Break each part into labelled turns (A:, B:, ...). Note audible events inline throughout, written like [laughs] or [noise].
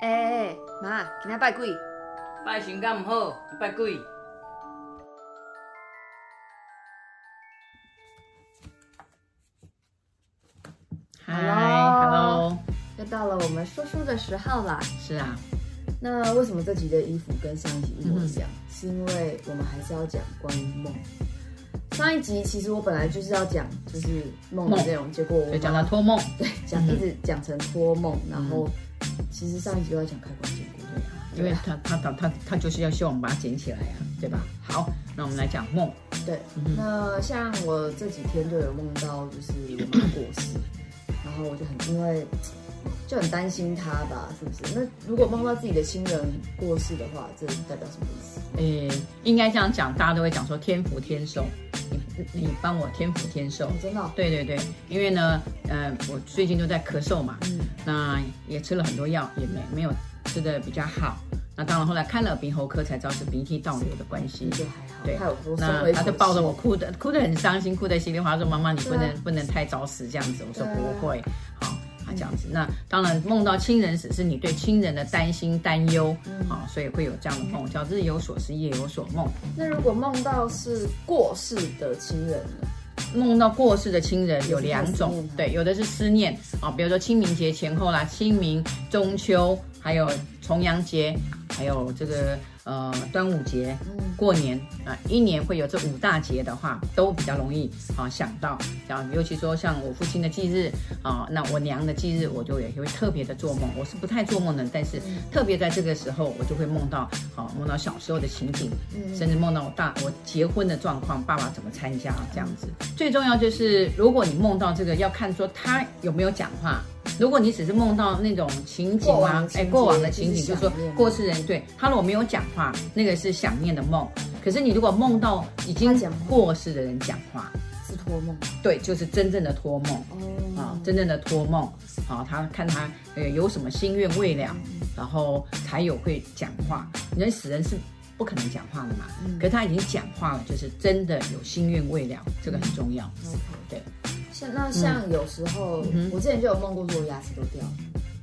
A: 哎、欸，妈，今仔拜鬼，
B: 拜神敢毋好，拜鬼。
A: Hello，Hello，又到了我们说书的时候啦。
B: 是啊，
C: 那为什么这集的衣服跟上一集一模一样？
A: 嗯
C: 是因为我们还是要讲关于梦。上一集其实我本来就是要讲就是梦的内容，结果
B: 所以
C: 我
B: 讲
C: 妈
B: 到托梦，
C: 对
A: 嗯
C: 讲一直讲成托梦，然后其实上一集又要讲开关节骨，对啊，
B: 因为他他他他他就是要希望我们把它捡起来啊，对吧？好，那我们来讲梦。
C: 对，
B: 嗯
C: 那像我这几天就有梦到就是我妈过世，然后我就很因为就很担心她吧，是不是？那如果梦到自己的亲人过世的话，这代表什么意思？
B: 诶、呃应该这样讲，大家都会讲说天福天寿，你你帮我天福天寿
C: 哦。真的哦、
B: 对对对，因为呢，呃，我最近都在咳嗽嘛，
C: 嗯
B: 那也吃了很多药，也没没有吃的比较好。那当然，后来看了鼻喉科才知道是鼻涕倒流的关系。
C: 就还好，
B: 对
C: 害我都松了
B: 那
C: 一口
B: 他
C: 气。
B: 就抱着我哭的，哭得很伤心，哭得稀里哗啦，说妈妈你不
C: 对啊
B: 能、不能太早死这样子。我说
C: 对啊嗯
B: 不会，好、啊这样子。那当然梦到亲人死是你对亲人的担心担忧，好、
C: 嗯
B: 所以会有这样的梦，叫日有所思夜有所梦。
C: 那如果梦到是过世的亲人呢？
B: 梦到过世的亲人有两
C: 有
B: 种
C: 些是思念，啊
B: 对，有的是思念啊，比如说清明节前后啦，清明、中秋，还有重阳节，还有这个呃端午节，
C: 嗯
B: 过年啊、一年会有这五大节的话，都比较容易啊想到，像尤其说像我父亲的忌日啊，那我娘的忌日，我就也会特别的做梦，我是不太做梦的，但是特别在这个时候，我就会梦到好、梦到小时候的情景，
C: 嗯
B: 甚至梦到我大我结婚的状况，爸爸怎么参加这样子。最重要就是，如果你梦到这个，要看说他有没有讲话。如果你只是梦到那种情景
C: 过往
B: 啊
C: 的，情
B: 哎，
C: 节
B: 过往的情景，
C: 就是
B: 就是说
C: 想念
B: 过世人对他如果没有讲话，那个是想念的梦。可是你如果梦到已经
C: 他讲话
B: 过世的人讲话，
C: 是托梦
B: 对，就是真正的托梦。
C: 哦
B: 啊，真正的托梦，啊，他看他呃有什么心愿未了，然后才有会讲话。人死人是不可能讲话的嘛，可是他已经讲话了，就是真的有心愿未了，这嗯个很重要。对，
C: 像那像有时候、我之前就有梦过，说我牙齿都掉了。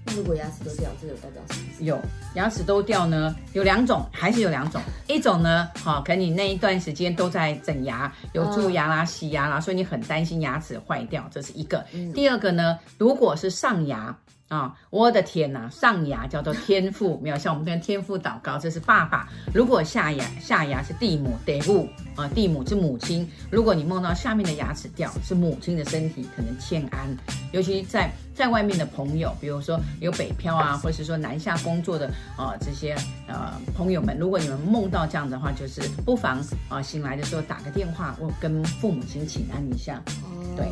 C: 那如果牙齿都掉，这有代表什么意思？
B: 有牙齿都掉呢，有两种，还是有两种。一种呢，好、可能你那一段时间都在整牙，有蛀牙啦、洗牙啦，所以你很担心牙齿坏掉，这是一个。第二个呢，如果是上牙。啊、我的天呐、上牙叫做天父，没有像我们这边天父祷告，这是爸爸。如果下牙下牙是地母，得母啊，地母是母亲。如果你梦到下面的牙齿掉，是母亲的身体可能欠安，尤其在在外面的朋友，比如说有北漂啊，或是说南下工作的啊、呃这些呃朋友们，如果你们梦到这样的话，就是不妨啊、呃醒来的时候打个电话，或跟父母亲请安一下。
C: 哦
B: 对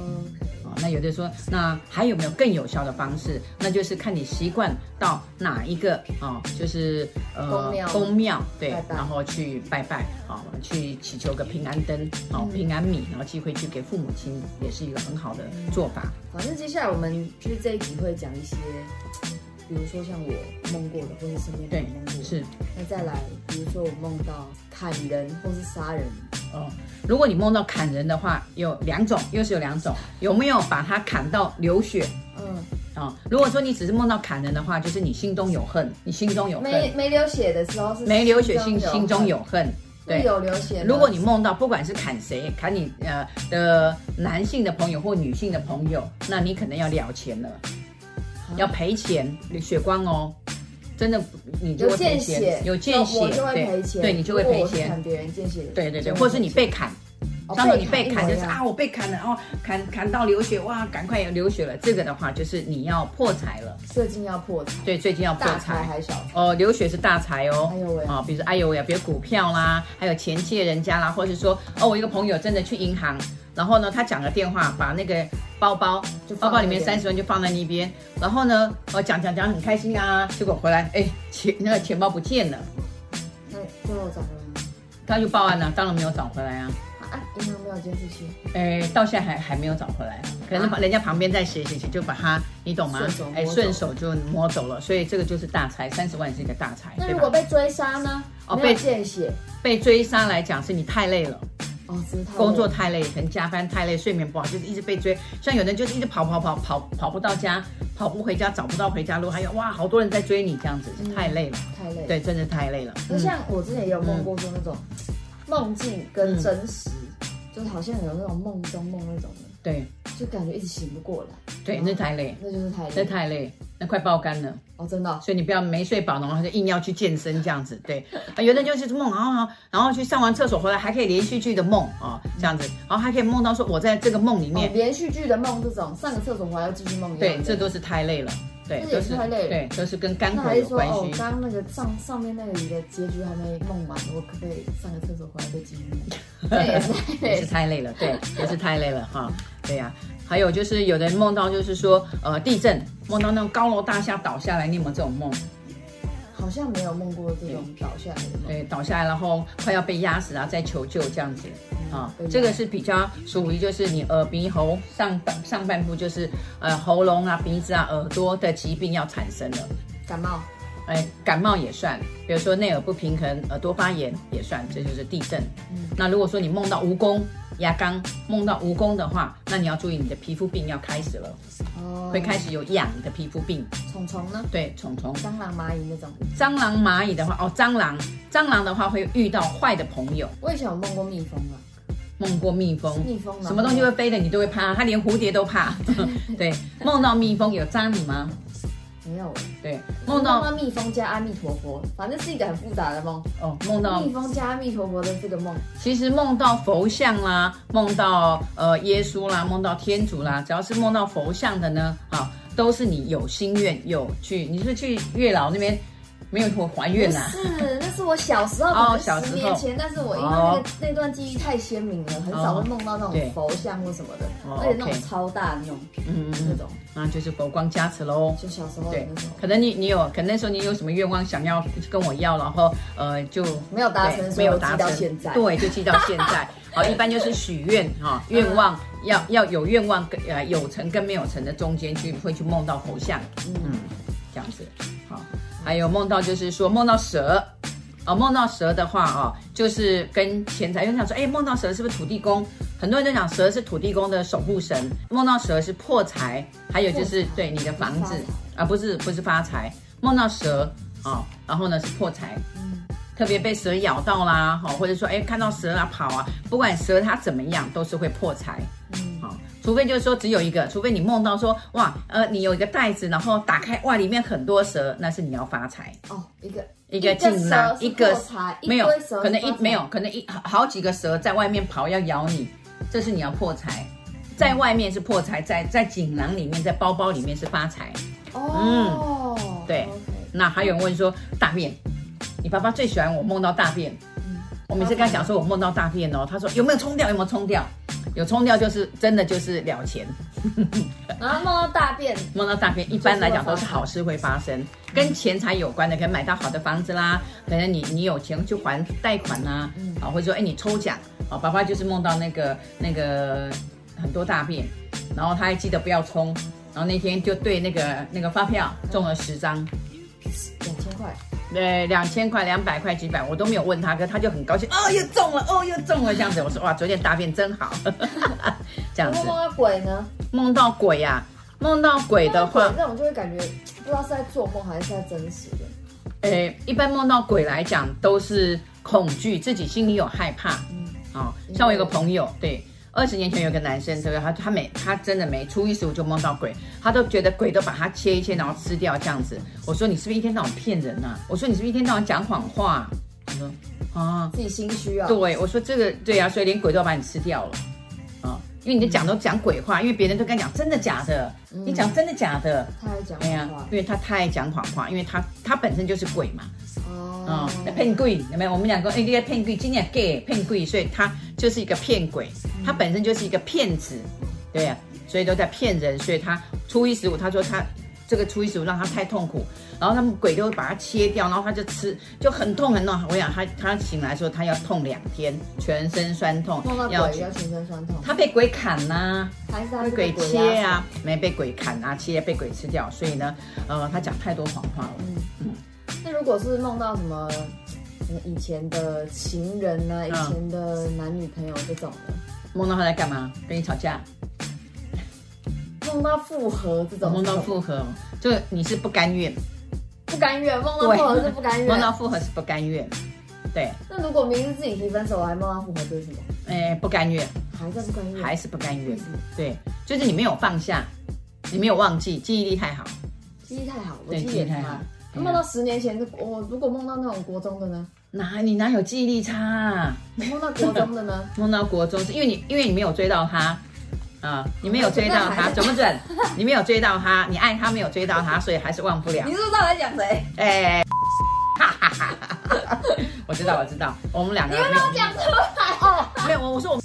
B: 啊，那有的说，那还有没有更有效的方式？那就是看你习惯到哪一个啊、就是呃
C: 公庙
B: 公庙对，
C: 拜拜
B: 然后去拜拜啊、去祈求个平安灯啊、
C: 嗯
B: 平安米，然后寄回去给父母亲，也是一个很好的做法。
C: 反正接下来我们就是这一集会讲一些，比如说像我梦过的，或是身边的
B: 对
C: 人梦过，的。
B: 是。
C: 那再来，比如说我梦到砍人或是杀人，
B: 哦，如果你梦到砍人的话，有两种，又是有两种，有没有把他砍到流血
C: 嗯，
B: 啊、哦如果说你只是梦到砍人的话，就是你心中有恨，你心中有恨，
C: 没
B: 没
C: 没流血的时候是
B: 流血心
C: 有
B: 心中，有恨，
C: 那
B: 对。
C: 有流血呢。
B: 如果你梦到不管是砍谁，砍你呃的男性的朋友或女性的朋友，那你可能要了钱了，
C: 啊
B: 要赔钱，血光哦，真的你就
C: 有
B: 会赔
C: 见
B: 钱，
C: 血，
B: 有见血，
C: 那我就会
B: 对
C: 赔钱，
B: 对你就会
C: 如果
B: 赔
C: 我是
B: 钱
C: 砍，别人见血的，
B: 对对对，
C: 就会
B: 或是
C: 赔
B: 你
C: 钱
B: 被砍，
C: 哦
B: 当时你被
C: 一模
B: 砍就是
C: 一样
B: 啊，我被砍了哦，砍砍到流血哇，赶快有流血了。这个的话就是你要破财了，
C: 最近要破财，
B: 对，最近要破
C: 大财
B: 啊财。
C: 还小财，
B: 哦，流血是大财哦，
C: 哎呦喂
B: 啊，比如说哎呦喂啊，比如股票啦，还有钱借人家啦，或者是说哦，我一个朋友真的去银行，然后呢，他讲个电话，把那个包包
C: 就
B: 包
C: 放
B: 包里面
C: 那边
B: 三十万就放在那边，然后呢，哦讲讲讲很开心啊，结果回来哎钱那个钱包不见了，
C: 那最后找了吗？
B: 他就报案了，当然没有找回来啊。
C: 啊，银行没有监视器，
B: 哎，到现在还还没有找回来，啊可能人家旁边在写写写，就把它，你懂吗
C: 啊顺手？摸
B: 哎，
C: 走
B: 顺手就摸走了，所以这个就是大财，三十万是一个大财，
C: 那
B: 哎对
C: 如果
B: 吧？
C: 被追杀呢？
B: 哦
C: 没有
B: 被
C: 见血，
B: 被追杀来讲，是你太累了，
C: 哦，知道了
B: 工作太累，可能加班太累，睡眠不好，就是一直被追。像有的人就是一直跑跑跑跑跑不到家，跑不回家，找不到回家路，还有哇，好多人在追你，这样子是太累了。
C: 太累。，
B: 对，真嗯的太累了。嗯
C: 那嗯像我之前也有梦过说那种梦境跟真实，就是好像有那种梦中梦那种的，
B: 对
C: 就感觉一直醒不过来，
B: 对，那太累，
C: 那就是太
B: 那
C: 累。
B: 太累，那快爆肝了。
C: 哦，真的哦
B: 所以你不要没睡饱，然后就硬要去健身这样子，对。啊，有的人就是梦，然后然后去上完厕所回来，还可以连续剧的梦啊、哦，这样子，然后还可以梦到说我在这个梦里
C: 哦
B: 面，
C: 连续剧的梦这种，上个厕所回来又继续梦一样的。
B: 对，这都是太累了，对，
C: 这也
B: 都是
C: 太累了
B: 对，都是跟肝
C: 那
B: 火
C: 还是
B: 有
C: 说，
B: 关
C: 哦，
B: 系。
C: 刚刚那个上上面那个你的结局还没梦完，我可不可以上个厕所回来再继续
B: [laughs]
C: 梦？这也是太
B: 也是
C: 累。
B: 太累了，对，也是太累了哈。对呀、还有就是有的人梦到就是说，呃，地震，梦到那种高楼大厦倒下来，你有没有这种梦？
C: 好像没有梦过这种倒下来的梦。
B: 对，哎倒下来，然后快要被压死啊，再求救这样子啊
C: 嗯被压，
B: 这个是比较属于就是你耳鼻喉上半上半部就是呃喉咙啊、鼻子啊、耳朵的疾病要产生了。
C: 感冒，
B: 哎，感冒也算，比如说内耳不平衡、耳朵发炎也算，这就是地震。
C: 嗯
B: 那如果说你梦到蜈蚣、牙缸，梦到蜈蚣的话，那你要注意你的皮肤病要开始了，
C: 哦，
B: 会开始有痒的皮肤病，
C: 虫虫呢？
B: 对，虫虫。
C: 蟑螂、蚂蚁那种。
B: 蟑螂、蚂蚁的话，哦，蟑螂，蟑螂的话会遇到坏的朋友，
C: 我以前有梦过蜜蜂啊，
B: 梦过蜜蜂，
C: 蜜蜂啊呢
B: 什么东西会飞的你都会怕，它连蝴蝶
C: [laughs]
B: 都怕。对，梦到蜜蜂有扎你吗？
C: 没有欸。
B: 对，
C: 梦
B: 梦
C: 到
B: 到
C: 蜜蜂加阿弥陀佛，反正是一个很复杂的梦。
B: 哦，梦到
C: 蜜蜂加阿弥陀佛的这个梦，
B: 其实梦到佛像啦，梦到呃耶稣啦，梦到天主啦，只要是梦到佛像的呢，啊，都是你有心愿有去，你是去月老那边没有还愿
C: 不
B: 啦、
C: 是，那是我小时候，
B: 哦
C: 可
B: 小
C: 能
B: 时
C: 十
B: 候
C: 年
B: 哦
C: 前，但是我因为那个那段记忆太鲜明了，很少会梦到那
B: 对
C: 种佛像或什么的，
B: 哦
C: 而且那种
B: OK
C: 超大的那种
B: 嗯嗯
C: 那
B: 嗯，
C: 种，
B: 那就是佛光加持喽。
C: 就小时候的
B: 对
C: 那种，，
B: 可能你你有，可能那时候你有什么愿望想要跟我要，然后呃就
C: 没有达成
B: 对
C: 所
B: 没
C: 以
B: 有
C: 我记
B: 达
C: 到
B: 成，
C: 现在
B: 对，就记到现
C: [laughs]
B: 在。好，一般就是许愿哈，
C: 嗯
B: 愿望要要有愿望跟呃有成跟没有成的中间去会去梦到佛像，嗯
C: 嗯，
B: 这样子。好，还有梦到就是说梦到蛇。哦，梦到蛇的话哦，就是跟钱财，因为想说，哎，梦到蛇是不是土地公？很多人都讲蛇是土地公的守护神，梦到蛇是破财，还有就是
C: 破财
B: 对你的房子
C: 不是发财
B: 啊，不是不是发财，梦到蛇啊、然后呢是破财，
C: 嗯
B: 特别被蛇咬到啦，哈、或者说哎看到蛇啊跑啊，不管蛇它怎么样，都是会破财，
C: 嗯，
B: 好、除非就是说只有一个，除非你梦到说哇，呃，你有一个袋子，然后打开哇，里面很多蛇，那是你要发财。
C: 哦，一个
B: 一个进来，
C: 一
B: 一
C: 个
B: 个
C: 蛇是破财，
B: 没有
C: 堆蛇，
B: 可能
C: 是
B: 一
C: 发财
B: 没有，可能一好好几个蛇在外面跑要咬你，这是你要破财。在外面是破财，在在锦囊里面，在包包里面是发财。
C: 哦，
B: 嗯对
C: OK
B: 那还有人问说大便，你爸爸最喜欢我梦到大便。
C: 嗯
B: 我每次跟他讲说我梦到大便哦，他说有没有冲掉？有没有冲掉？有冲掉就是真的就是了钱。
C: 然后梦到大便，
B: 梦到大便，一般来讲都是好事会发生，跟钱财有关的，可能买到好的房子啦，可能你你有钱去还贷款啦，
C: 嗯
B: 啊，或者说哎你抽奖，啊，爸爸就是梦到那个那个很多大便，然后他还记得不要冲，然后那天就对那个那个发票中了十张，
C: 两千块，
B: 呃，两千块、两百块、几百，我都没有问他，哥他就很高兴，哦，又中了，哦，又中了，这样子，我说哇，昨天大便真好， [laughs] 这样
C: 然
B: 子
C: 后，梦到鬼呢？
B: 梦到鬼呀、梦到鬼的话
C: 梦到鬼，那种就会感觉不知道是在做梦还是在真实的。
B: 诶，呃一般梦到鬼来讲都是恐惧，自己心里有害怕。
C: 嗯
B: 哦，像我有个朋友，对，二十年前有个男生，对不对？他他每他真的每初一十五就梦到鬼，他都觉得鬼都把他切一切，然后吃掉这样子。我说你是不是一天到晚骗人呐、我说你是不是一天到晚讲谎话、他说啊，
C: 自己心虚啊。
B: 对，我说这个对啊，所以连鬼都要把你吃掉了啊、因为你的讲都讲鬼话，因为别人都跟你讲真的假的，你讲真的假的。
C: 他还嗯讲
B: 哎呀
C: 谎，话
B: 因为他太爱讲谎话，因为他他本身就是鬼嘛，
C: 哦
B: 哦，那骗鬼有没有？我们讲过，哎、你在骗鬼，今年 gay 骗鬼，所以他就是一个骗鬼，他本身就是一个骗子，对呀、所以都在骗人，所以他初一十五，他说他这个初一十五让他太痛苦，然后他们鬼都会把他切掉，然后他就吃，就很痛很痛。我想他他醒来说他要痛两天，全身酸痛
C: 梦到，
B: 要
C: 鬼
B: 去
C: 要全身酸痛，
B: 他被鬼砍呐、
C: 还是他
B: 被
C: 是
B: 鬼
C: 被
B: 切
C: 压死
B: 啊，没被鬼砍啊，切被鬼吃掉，所以呢，呃，他讲太多谎话了。
C: 嗯，那如果是梦到什么什么以前的情人
B: 嗯
C: 啊，以前的男女朋友这种的，
B: 梦到他在干嘛？跟你吵架，
C: 梦到复合这种，
B: 哦梦到
C: 这种
B: 复合，就你是不甘愿，
C: 不甘愿，梦到复合是不甘
B: 梦到
C: 愿。
B: 复合是不甘愿，对，
C: 那如果明明自己提分手，还梦到复合，这是什么？
B: 哎、不甘愿，
C: 还在不甘愿，
B: 还是不甘愿
C: 为什么，
B: 对，就是你没有放下，你没有忘记，记忆力太好，
C: 记忆太好，我
B: 对
C: 记忆
B: 记忆
C: 也
B: 太
C: 太
B: 好
C: 好。
B: 对啊
C: 那梦到十年前的我，如果梦到那种国中的呢？
B: 哪你哪有记忆力差、啊？
C: 我梦到国中的
B: [laughs]
C: 呢？
B: 梦到国中是因为你因为你没有追到他，啊、你没有追到他，准不准？你没有追到他，你爱他没有追到他，所以还是忘不了
A: 你。是不是到底在讲谁？
B: 哎、哈哈哈哈哈！我知道，我知道，我们两个没有
C: 讲出来哦，
B: [laughs] 没有，我我说我们，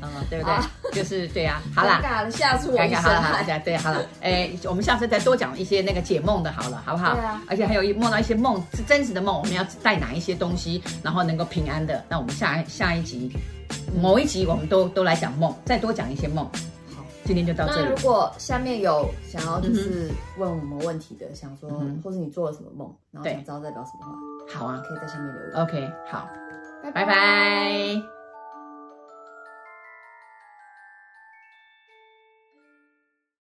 B: 嗯，对不对？
C: 啊
B: 就是对呀、好
C: 尴
B: 啦。
C: 尬的吓出我
B: 尴
C: 一身
B: 尬，好了，好了，
C: 汗。
B: 对对，好了，哎，我们下次再多讲一些那个解梦的，好了，好不好？
C: 对啊。
B: 而且还有一梦到一些梦是真实的梦，我们要带哪一些东西，然后能够平安的。那我们下下一集，某一集我们都都来讲梦，再多讲一些梦。
C: 好，
B: 今天就到这
C: 那如
B: 里。嗯
C: 果下面有想要就是问我们问题的，想说
B: 嗯哼
C: 或者你做了什么梦，然后
B: 对
C: 想知道代表什么话，
B: 好啊
C: 可以在下面留言。
B: ，OK，好，拜拜